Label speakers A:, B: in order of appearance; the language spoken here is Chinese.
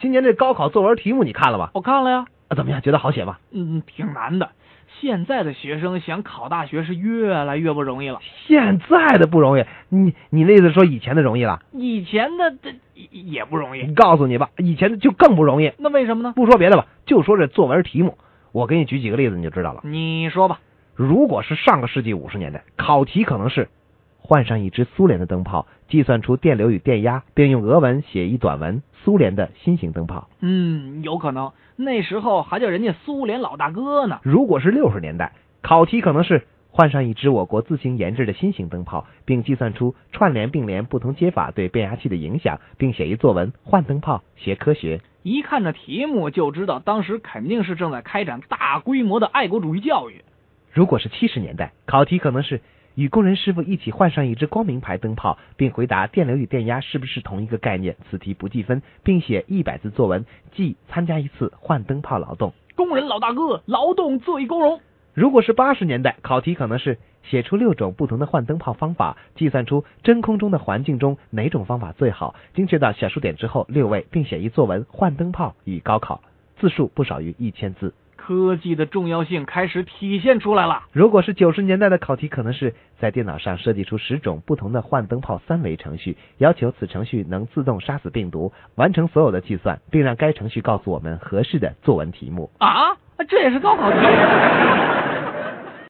A: 今年这高考作文题目你看了吗？
B: 我看了呀，
A: 啊，怎么样？觉得好写吗？
B: 嗯，挺难的。现在的学生想考大学是越来越不容易了。
A: 现在的不容易，你你那意思说以前的容易了？
B: 以前的这也不容易，
A: 告诉你吧，以前的就更不容易。
B: 那为什么呢？
A: 不说别的吧，就说这作文题目，我给你举几个例子你就知道了。
B: 你说吧。
A: 如果是上个世纪五十年代，考题可能是换上一支苏联的灯泡，计算出电流与电压，并用俄文写一短文《苏联的新型灯泡》。
B: 嗯，有可能那时候还叫人家苏联老大哥呢。
A: 如果是六十年代，考题可能是换上一支我国自行研制的新型灯泡，并计算出串联并联不同接法对变压器的影响，并写一作文《换灯泡学科学》。
B: 一看这题目就知道，当时肯定是正在开展大规模的爱国主义教育。
A: 如果是七十年代，考题可能是与工人师傅一起换上一只光明牌灯泡，并回答电流与电压是不是同一个概念，此题不计分，并写一百字作文，即参加一次换灯泡劳动。
B: 工人老大哥，劳动最光荣。
A: 如果是八十年代，考题可能是写出六种不同的换灯泡方法，计算出真空中的环境中哪种方法最好，精确到小数点之后六位，并写一作文《换灯泡与高考》，字数不少于一千字。
B: 科技的重要性开始体现出来了。
A: 如果是九十年代的考题，可能是在电脑上设计出十种不同的换灯泡三维程序，要求此程序能自动杀死病毒，完成所有的计算，并让该程序告诉我们合适的作文题目。
B: 啊，这也是高考题。